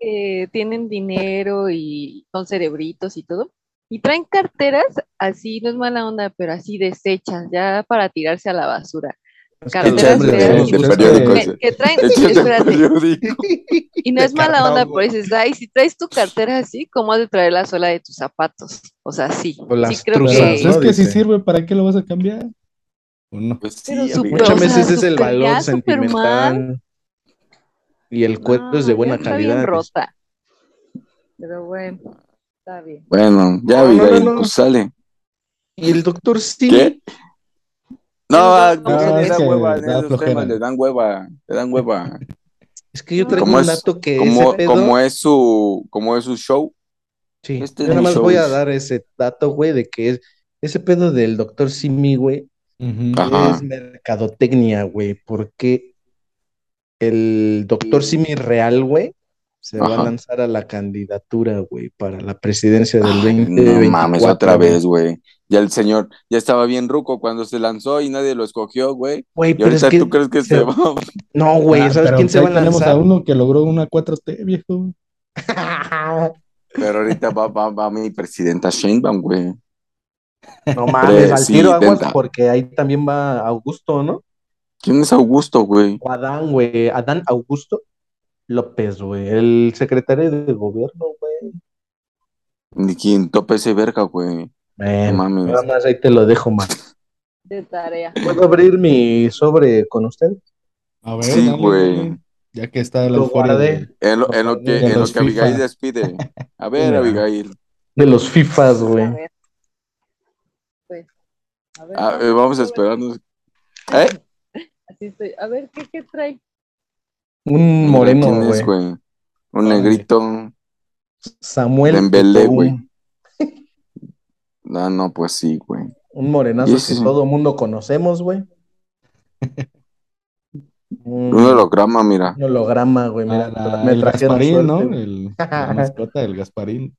que tienen dinero y son cerebritos y todo, y traen carteras así, no es mala onda, pero así deshechas, ya para tirarse a la basura.
Pues,
Carteras
Echan de,
verdes.
de
Pues es
periódicos.
Que, que traen,
eh,
Echan de
espérate,
periódicos.
y no
de
es mala
cartón,
onda,
güey.
pero dices, ay, si traes tu cartera así, ¿cómo has de traer la suela de tus zapatos? O sea, sí,
O las
sí creo
Pero, o
truzas,
sea,
que...
¿no?
es que si
Dice.
sirve, ¿para qué lo vas a cambiar? ¿O no?
Pues sí,
Pero su-
amiga.
pero,
Muchas
o sea,
veces es el
Superman, Superman.
valor sentimental. Y el cuento es de
No,
buena
ya está bien
calidad. pues.
rota. Pero bueno, está bien.
Bueno, ya,
No, no,
Abigail,
no, no.
pues sale.
Y el doctor sí.
¿Qué? No,
no,
ah,
no,
le
no, es
da
que
hueva,
da
esos
flojera.
temas le dan hueva, le dan hueva.
Es que yo
No.
traigo
¿Cómo
un
es?
dato que
Como,
ese pedo-
como es su, como es su show,
Sí,
este es
yo nada
mi
más
show.
voy a dar ese dato, güey, de que es, ese pedo del doctor Simi, güey,
Ujú.
Ajá.
es mercadotecnia, güey, porque el doctor Simi real, güey, se va
Ajá.
a lanzar a la candidatura, güey, para la presidencia del
Ay,
2024.
no mames, otra
güey.
vez, güey. Ya el señor ya estaba bien ruco cuando se lanzó y nadie lo escogió, güey.
Güey,
Y
pero es
ahorita
que,
tú crees que se
se-
va.
no,
Ah,
güey, ¿sabes
pero
quién
pues
se
ahí
va a
Tenemos
lanzar?
a uno que logró una 4T, viejo.
Pero ahorita va, va, va mi presidenta Sheinbaum, güey.
No mames, al tiro aguas
Presidenta.
porque ahí también va Augusto, ¿no?
¿Quién es Augusto, güey?
O Adán, güey, Adán Augusto López, güey, el secretario de gobierno, güey.
Ni quien tope ese verga, güey.
Bueno,
No mames.
nada más ahí te lo dejo, man.
De tarea.
¿Puedo abrir mi sobre con usted?
A ver,
Sí,
dale,
güey.
Ya que está la
Lo
euforia
guardé.
de-
En lo, en lo que,
De
en lo
los
que Abigail
FIFA.
despide. A ver,
Mira.
Abigail.
De los FIFAs, güey.
A ver. Pues, a ver,
A-
vamos
eh, vamos a
ver,
esperarnos. ¿Eh?
así estoy. A ver, ¿qué, qué trae?
Un
¿Quién
moreno,
es,
güey. Ah,
güey? Un
Ay.
negrito.
Samuel.
Dembélé,
Eto'o.
güey. No, no, pues sí, güey.
Un morenazo
Y ese-
que todo mundo conocemos, güey. Mm.
Un holograma, mira.
Un holograma, güey. Mira,
Ah, la-
me
el
trajeron
Gasparín, ¿no?
suerte, güey.
El, la mascota del Gasparín.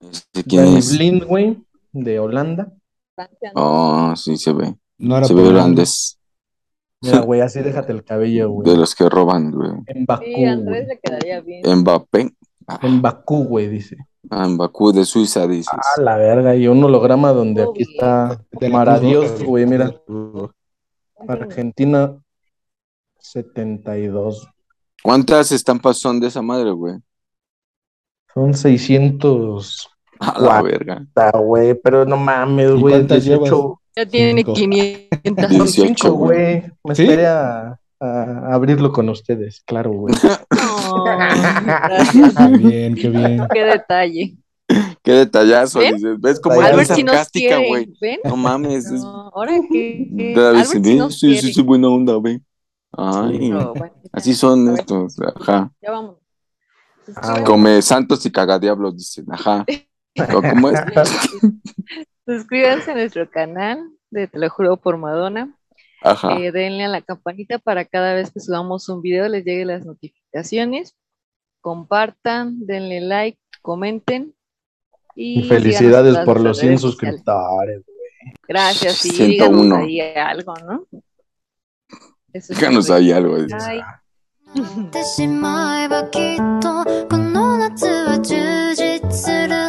Este, ¿Quién
Danny
es?
Blind, güey, de Holanda.
Francia, ¿no?
Oh, sí se ve.
No era
Se ve
poblano.
holandés.
Mira, güey, así déjate el cabello,
De
güey.
los que roban, güey.
En Bakú,
Sí, a Andrés
güey.
le quedaría bien.
Mbappé.
En Bakú, güey, dice.
Ah, en Bakú, de Suiza, dices.
Ah, la verga, y un holograma donde aquí
Uy.
está
De la Cruz
Maradios,
Roja.
güey, mira.
Ujú.
Argentina 72.
¿Cuántas estampas son de esa madre, güey?
Son 640,
A la
Cuatro.
verga.
güey, pero no mames,
¿Y
güey.
cuántas
18.
Ya tiene
Cinco.
500.
Diez.
Son
18,
5,
güey.
güey. Me
¿Sí?
esperé a, a abrirlo con ustedes, claro, güey.
No.
Qué Ah, bien, qué bien.
Qué detalle.
Qué detallazo,
¿Ven?
dices. ¿Ves cómo
Ay,
es
Albert,
Albert, si nos
sarcástica, güey?
quiere, ¿ven?
No mames. es-
No, ahora que. que-
David,
Albert, si
¿sí?
nos
sí, sí,
quiere.
sí, buena onda, güey. Ay,
Pero bueno, ya,
así son
a ver,
estos, ajá.
Ya vamos.
Ah,
Come santos y cagadiablos, dicen, ajá. ¿O ¿Cómo
Eh,
es?
Ah,
Suscríbanse a nuestro canal de Te lo juro por Madonna.
Ah.
Ajá.
Eh, denle a la campanita para cada vez que subamos un video les lleguen las notificaciones. Compartan, denle like, comenten. Y
Y
síganos en
felicidades
todas
por los
nuestras
100
redes sociales.
suscriptores.
Gracias, sí,
101.
díganos ahí algo, ¿no? Eso es
Déjanos
correcto.
ahí algo. dices.
Ay,
ってしまえばきっとこの夏は充実する